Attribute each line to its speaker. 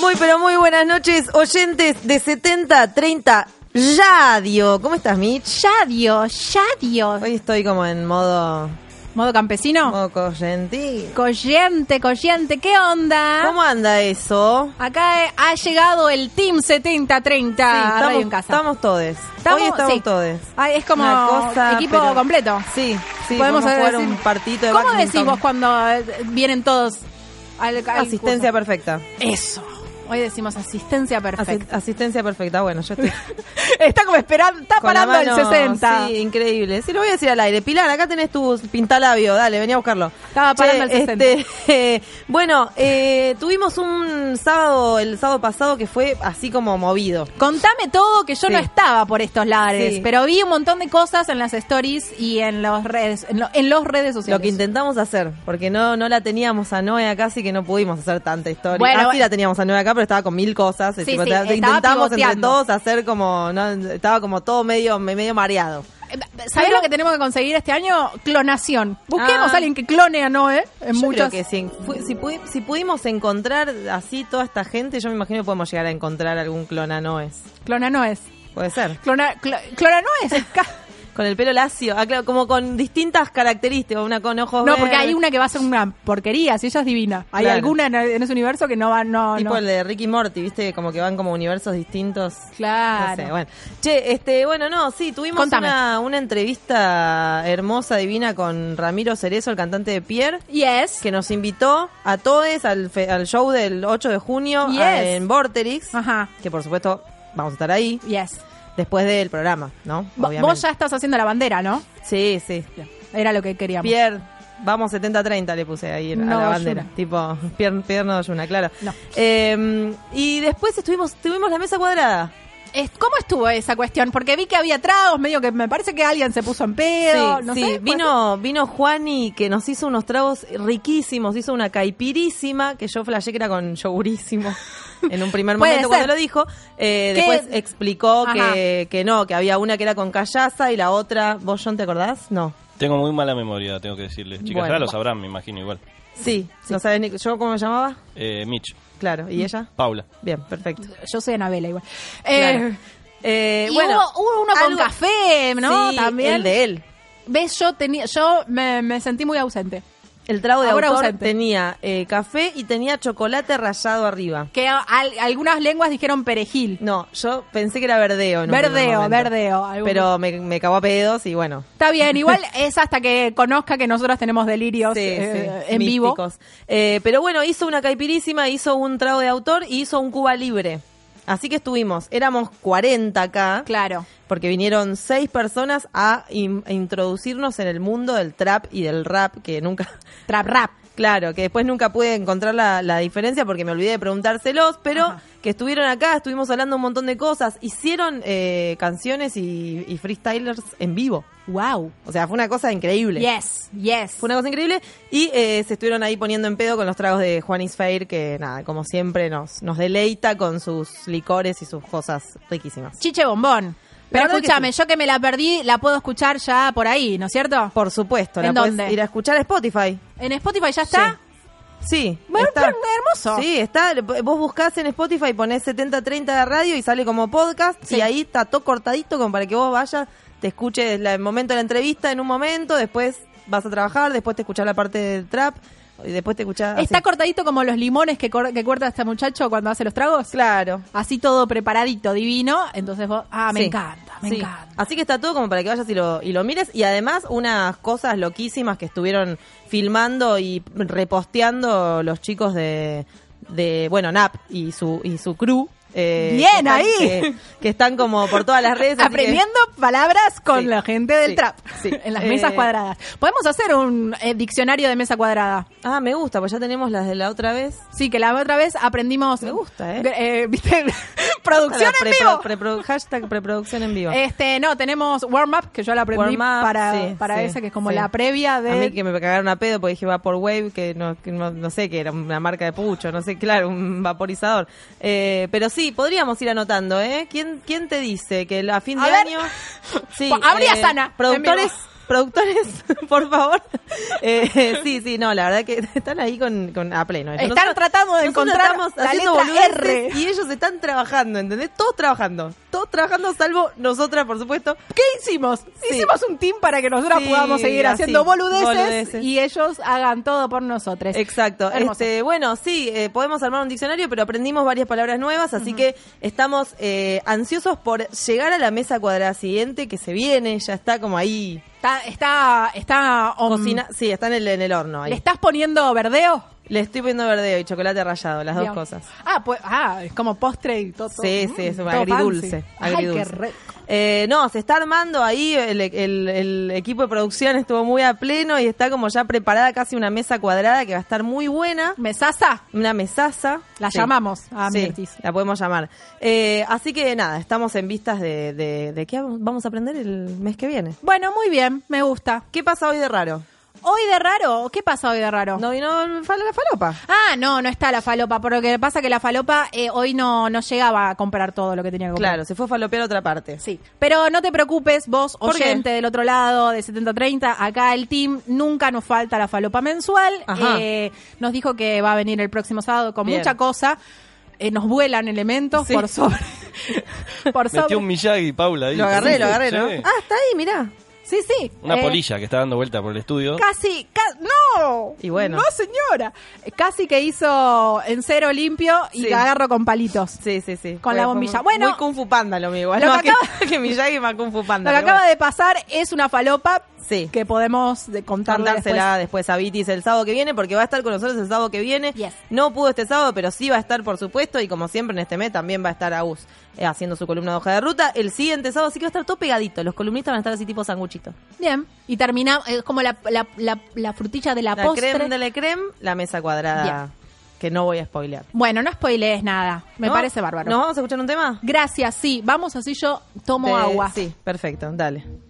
Speaker 1: Muy, pero muy buenas noches, oyentes de 70, 30, Yadio. ¿Cómo estás, Mitch?
Speaker 2: Yadio, Yadio.
Speaker 1: Hoy estoy como en modo,
Speaker 2: ¿Modo campesino?
Speaker 1: modo correntil.
Speaker 2: Coyente, coyente, ¿qué onda?
Speaker 1: ¿Cómo anda eso?
Speaker 2: Acá eh, ha llegado el Team 7030
Speaker 1: Sí,
Speaker 2: Radio
Speaker 1: estamos,
Speaker 2: en Casa.
Speaker 1: estamos todes. Hoy estamos
Speaker 2: sí.
Speaker 1: todes.
Speaker 2: Ay, es como
Speaker 1: Una cosa,
Speaker 2: equipo
Speaker 1: pero-
Speaker 2: completo.
Speaker 1: Sí, sí.
Speaker 2: Podemos
Speaker 1: Podemos jugar
Speaker 2: decir-
Speaker 1: un partido de
Speaker 2: ¿Cómo
Speaker 1: bádminton.
Speaker 2: decís vos cuando eh, vienen todos al, al
Speaker 1: Asistencia
Speaker 2: curso?
Speaker 1: perfecta.
Speaker 2: Eso. Hoy decimos asistencia
Speaker 1: Asi-
Speaker 2: perfecta.
Speaker 1: asistencia perfecta. Bueno, yo estoy
Speaker 2: Está como esperando, está
Speaker 1: con la
Speaker 2: parando el
Speaker 1: mano-
Speaker 2: 60.
Speaker 1: Sí, increíble. Sí, lo voy a decir al aire. Pilar, acá tenés tu pintalabio. Dale, vení a buscarlo.
Speaker 2: Estaba parando el 60.
Speaker 1: este, eh, bueno, eh, tuvimos un sábado, el sábado pasado, que fue así como movido.
Speaker 2: Contame todo que yo no
Speaker 1: Sí.
Speaker 2: estaba por estos lares,
Speaker 1: Sí.
Speaker 2: pero vi un montón de cosas en las stories y en los redes, en, lo- en los redes sociales.
Speaker 1: Lo que intentamos hacer, porque no, no la teníamos a Noé acá, así que no pudimos hacer tanta historia. Ah,
Speaker 2: Bueno,
Speaker 1: Así
Speaker 2: bueno.
Speaker 1: la teníamos a Noé acá, pero estaba con mil cosas.
Speaker 2: Sí,
Speaker 1: tipo,
Speaker 2: sí,
Speaker 1: te-
Speaker 2: estaba
Speaker 1: intentamos entre
Speaker 2: pivoteando.
Speaker 1: todos hacer como, no, estaba como todo medio, medio mareado.
Speaker 2: Eh, ¿Sabés
Speaker 1: Pero-
Speaker 2: lo que tenemos que conseguir este año? Clonación. Busquemos
Speaker 1: Ah.
Speaker 2: a alguien que clone a Noé en
Speaker 1: Yo
Speaker 2: muchas.
Speaker 1: creo que si, fu- si, pudi- si pudimos encontrar así toda esta gente, yo me imagino que podemos llegar a encontrar algún clona Noes.
Speaker 2: Clona Noes.
Speaker 1: Puede ser.
Speaker 2: Clona, clo- clona Noes. es ca-
Speaker 1: Con el pelo lacio, ah, claro, como con distintas características, una con ojos
Speaker 2: No, porque
Speaker 1: verdes,
Speaker 2: hay una que va a ser una porquería, si ella es divina. Hay
Speaker 1: Claro.
Speaker 2: alguna en, en ese universo que no va, no,
Speaker 1: Tipo
Speaker 2: no.
Speaker 1: el de Ricky Morty, ¿viste? Como que van como universos distintos. No
Speaker 2: Claro.
Speaker 1: sé, bueno. Che, este, bueno, no, sí, tuvimos
Speaker 2: Contame.
Speaker 1: una, una entrevista hermosa, divina, con Ramiro Cerezo, el cantante de Pierre,
Speaker 2: Yes.
Speaker 1: que nos invitó a todos al, fe- al show del 8 de junio
Speaker 2: Yes.
Speaker 1: a- en Vorterix,
Speaker 2: Ajá.
Speaker 1: que por supuesto vamos a estar ahí
Speaker 2: Yes.
Speaker 1: después del programa, ¿no?
Speaker 2: Vo- Vos ya estás haciendo la bandera, ¿no?
Speaker 1: Sí, sí.
Speaker 2: Era lo que queríamos.
Speaker 1: Pierre, vamos 70-30 le puse ahí en-
Speaker 2: No,
Speaker 1: a la bandera.
Speaker 2: Yuna.
Speaker 1: Tipo, Pierre, Pierre no, Yuna, claro.
Speaker 2: No.
Speaker 1: Eh, y después estuvimos, tuvimos la mesa cuadrada.
Speaker 2: Es- ¿Cómo estuvo esa cuestión? Porque vi que había tragos, medio que me parece que alguien se puso en pedo,
Speaker 1: sí,
Speaker 2: no
Speaker 1: sí.
Speaker 2: sé. pues,
Speaker 1: vino, vino Juani que nos hizo unos tragos riquísimos, hizo una caipirísima, que yo flashé que era con yogurísimo en un primer
Speaker 2: Puede
Speaker 1: momento
Speaker 2: ser.
Speaker 1: cuando lo dijo. Eh,
Speaker 2: ¿Qué?
Speaker 1: después explicó
Speaker 2: Ajá.
Speaker 1: que, que no, que había una que era con callaza y la otra, vos John, ¿te acordás? No.
Speaker 3: Tengo muy mala memoria, tengo que decirles. Chicas,
Speaker 1: Bueno.
Speaker 3: ya lo sabrán, me imagino igual.
Speaker 1: Sí, no sabes ni yo cómo me llamaba.
Speaker 3: Eh, Mitch,
Speaker 1: Claro, ¿y ella?
Speaker 3: Paula.
Speaker 1: Bien, perfecto.
Speaker 2: Yo soy Anabela igual.
Speaker 1: Claro.
Speaker 2: Eh,
Speaker 1: Eh,
Speaker 2: y
Speaker 1: bueno,
Speaker 2: hubo, hubo uno con
Speaker 1: algo-
Speaker 2: café, ¿no?
Speaker 1: Sí,
Speaker 2: También.
Speaker 1: el de él.
Speaker 2: ¿Ves? Yo tenía, yo me, me sentí muy ausente.
Speaker 1: El trago de
Speaker 2: Ahora
Speaker 1: autor
Speaker 2: ausente.
Speaker 1: tenía eh, café y tenía chocolate rallado arriba.
Speaker 2: Que a- al- algunas lenguas dijeron perejil.
Speaker 1: No, yo pensé que era verdeo. en un primer
Speaker 2: verdeo,
Speaker 1: momento.
Speaker 2: verdeo. algún-
Speaker 1: Pero me, me cagó a pedos y bueno.
Speaker 2: Está bien, igual es hasta que conozca que nosotros tenemos delirios
Speaker 1: sí,
Speaker 2: eh,
Speaker 1: sí,
Speaker 2: en vivo.
Speaker 1: místicos. Eh, pero bueno, hizo una caipirísima, hizo un trago de autor y hizo un Cuba libre. Así que estuvimos, éramos 40 acá,
Speaker 2: Claro.
Speaker 1: porque vinieron seis personas a, in- a introducirnos en el mundo del trap y del rap, que nunca,
Speaker 2: Trap rap.
Speaker 1: Claro, que después nunca pude encontrar la, la diferencia porque me olvidé de preguntárselos, pero
Speaker 2: Ajá.
Speaker 1: que estuvieron acá, estuvimos hablando un montón de cosas, hicieron eh, canciones y, y freestylers en vivo.
Speaker 2: Wow.
Speaker 1: O sea, fue una cosa increíble.
Speaker 2: Yes, yes.
Speaker 1: Fue una cosa increíble y eh, se estuvieron ahí poniendo en pedo con los tragos de Juanis Fair, que nada, como siempre nos, nos deleita con sus licores y sus cosas riquísimas.
Speaker 2: Chiche bombón. Pero
Speaker 1: verdad que
Speaker 2: escúchame, yo que me la perdí, la puedo escuchar ya por ahí, ¿no es cierto?
Speaker 1: Por supuesto, la
Speaker 2: ¿En
Speaker 1: podés
Speaker 2: dónde?
Speaker 1: ir a escuchar a Spotify.
Speaker 2: En Spotify ya está.
Speaker 1: Sí,
Speaker 2: Bueno,
Speaker 1: está.
Speaker 2: pero hermoso.
Speaker 1: Sí, está. Vos buscás en Spotify, ponés 7030 de radio y sale como podcast.
Speaker 2: Sí.
Speaker 1: Y ahí está todo cortadito como para que vos vayas, te escuches la- el momento de la entrevista en un momento, después vas a trabajar, después te escuchás la parte del trap y después te escuchás.
Speaker 2: Está
Speaker 1: así.
Speaker 2: cortadito como los limones que, cor- que corta este muchacho cuando hace los tragos.
Speaker 1: Claro.
Speaker 2: Así todo preparadito, divino. Entonces vos, ah, me
Speaker 1: Sí.
Speaker 2: encanta, me
Speaker 1: Sí.
Speaker 2: encanta.
Speaker 1: Así que está todo como para que vayas y lo, y lo mires. Y además, unas cosas loquísimas que estuvieron filmando y reposteando los chicos de, de bueno, NAP y su, y su crew. eh,
Speaker 2: Bien,
Speaker 1: que están-
Speaker 2: ahí.
Speaker 1: Que, que están como por todas las redes. así que-
Speaker 2: Aprendiendo palabras con
Speaker 1: Sí,
Speaker 2: la gente del
Speaker 1: sí,
Speaker 2: trap.
Speaker 1: sí.
Speaker 2: En las mesas
Speaker 1: Eh,
Speaker 2: cuadradas. Podemos hacer un eh, diccionario de mesa cuadrada.
Speaker 1: ah, me gusta, pues ya tenemos las de la otra vez.
Speaker 2: Sí, que la otra vez aprendimos.
Speaker 1: Me gusta, ¿eh?
Speaker 2: ¿Viste? Producción
Speaker 1: Ah, La pre-
Speaker 2: en vivo.
Speaker 1: pre- pre- hashtag preproducción en vivo.
Speaker 2: Este, no, tenemos warm up, que yo la aprendí
Speaker 1: Warm up,
Speaker 2: para,
Speaker 1: sí,
Speaker 2: para
Speaker 1: sí,
Speaker 2: esa, que es como
Speaker 1: sí.
Speaker 2: la previa
Speaker 1: A mí
Speaker 2: de.
Speaker 1: que me cagaron a pedo porque dije Vaporwave, que no, que no, no sé, que era una marca de pucho, no sé, claro, un vaporizador. Eh, pero sí, podríamos ir anotando, ¿eh? ¿Quién, quién te dice que el- a fin
Speaker 2: A
Speaker 1: de
Speaker 2: ver.
Speaker 1: año... Sí, eh,
Speaker 2: Pa- abrí a Sana, en
Speaker 1: Productores,
Speaker 2: vivo.
Speaker 1: productores, por favor. Eh, sí, sí, no, la verdad que están ahí con, con a pleno. ellos.
Speaker 2: Están tratando de
Speaker 1: nosotros
Speaker 2: encontrar
Speaker 1: estamos
Speaker 2: la
Speaker 1: haciendo
Speaker 2: letra
Speaker 1: boludeces
Speaker 2: R.
Speaker 1: y ellos están trabajando, ¿entendés? Todos trabajando, todos trabajando, salvo nosotras, por supuesto.
Speaker 2: ¿Qué hicimos? Hicimos un team para que nosotros
Speaker 1: Sí,
Speaker 2: podamos seguir
Speaker 1: así,
Speaker 2: haciendo boludeces,
Speaker 1: boludeces.
Speaker 2: y ellos hagan todo por nosotros.
Speaker 1: Exacto.
Speaker 2: Hermoso.
Speaker 1: Este, bueno, sí, eh, podemos armar un diccionario, pero aprendimos varias palabras nuevas, así que estamos eh, ansiosos por llegar a la mesa cuadrada siguiente que se viene, ya está como ahí.
Speaker 2: Está, está, está om-
Speaker 1: Cocina, sí, está en el, en el horno ahí.
Speaker 2: ¿Le estás poniendo verdeo?
Speaker 1: Le estoy poniendo verdeo y chocolate rallado, las dos
Speaker 2: Digamos.
Speaker 1: cosas.
Speaker 2: Ah, pues, ah, es como postre y todo.
Speaker 1: Sí,
Speaker 2: todo.
Speaker 1: sí, es
Speaker 2: Mm,
Speaker 1: un
Speaker 2: todo
Speaker 1: agridulce.
Speaker 2: fancy.
Speaker 1: agridulce.
Speaker 2: Ay, qué rico.
Speaker 1: Eh, no, se está armando ahí, el, el- el equipo de producción estuvo muy a pleno y está como ya preparada casi una mesa cuadrada que va a estar muy buena.
Speaker 2: Mesaza,
Speaker 1: Una mesaza.
Speaker 2: La llamamos a
Speaker 1: Sí,
Speaker 2: Mirtis.
Speaker 1: la podemos llamar. Eh, así que nada, estamos en vistas de, de, de qué vamos a aprender el mes que viene.
Speaker 2: Bueno, muy bien, me gusta.
Speaker 1: ¿Qué pasa hoy de raro?
Speaker 2: ¿Hoy de raro? ¿Qué pasa hoy de raro?
Speaker 1: ¿No vino fal- la falopa?
Speaker 2: Ah, no, no está la falopa, porque lo que pasa que la falopa eh, hoy no, no llegaba a comprar todo lo que tenía que comprar.
Speaker 1: Claro, se fue a falopear a otra parte.
Speaker 2: Sí, pero no te preocupes, vos
Speaker 1: ¿Por qué?
Speaker 2: oyente del otro lado de 7030, acá el team, nunca nos falta la falopa mensual.
Speaker 1: Ajá.
Speaker 2: Eh, nos dijo que va a venir el próximo sábado con
Speaker 1: Bien.
Speaker 2: mucha cosa. Eh, nos vuelan elementos
Speaker 1: Sí.
Speaker 2: por sobre. por sobre.
Speaker 3: Metió un Miyagi, Paula. Ahí.
Speaker 1: Lo agarré, lo agarré, ¿no?
Speaker 3: Sí.
Speaker 1: Ah, está ahí, mirá.
Speaker 2: Sí, sí.
Speaker 3: Una
Speaker 2: Eh,
Speaker 3: polilla que está dando vuelta por el estudio.
Speaker 2: Casi, ca- no.
Speaker 1: Y bueno.
Speaker 2: No, señora. Eh, Casi que hizo en cero limpio y
Speaker 1: Sí.
Speaker 2: la agarro con palitos.
Speaker 1: Sí, sí, sí.
Speaker 2: Con la bombilla.
Speaker 1: muy-
Speaker 2: Bueno.
Speaker 1: Muy Kung Fu Panda lo mío. Igual,
Speaker 2: Lo
Speaker 1: no,
Speaker 2: que
Speaker 1: que,
Speaker 2: acaba-
Speaker 1: que Miyagi más Kung Fu Panda.
Speaker 2: Lo que
Speaker 1: pero
Speaker 2: acaba
Speaker 1: bueno.
Speaker 2: de pasar es una falopa
Speaker 1: Sí.
Speaker 2: que podemos de, contarle
Speaker 1: Contársela después. a Vitis el sábado que viene, porque va a estar con nosotros el sábado que viene.
Speaker 2: Yes.
Speaker 1: No pudo este sábado, pero sí va a estar, por supuesto, y como siempre en este mes también va a estar Agus eh, haciendo su columna de hoja de ruta. El siguiente sábado sí que va a estar todo pegadito. Los columnistas van a estar así tipo sanguchito.
Speaker 2: después. Bien. Y terminamos, es como la, la, la- la frutilla de la,
Speaker 1: La
Speaker 2: postre.
Speaker 1: creme de la creme, la mesa cuadrada,
Speaker 2: Bien.
Speaker 1: que no voy a spoilear.
Speaker 2: Bueno, no spoilees nada. Me
Speaker 1: ¿No?
Speaker 2: parece bárbaro.
Speaker 1: ¿Nos vamos a escuchar un tema?
Speaker 2: Gracias, sí. Vamos así yo tomo
Speaker 1: De-
Speaker 2: agua.
Speaker 1: Sí, perfecto, dale.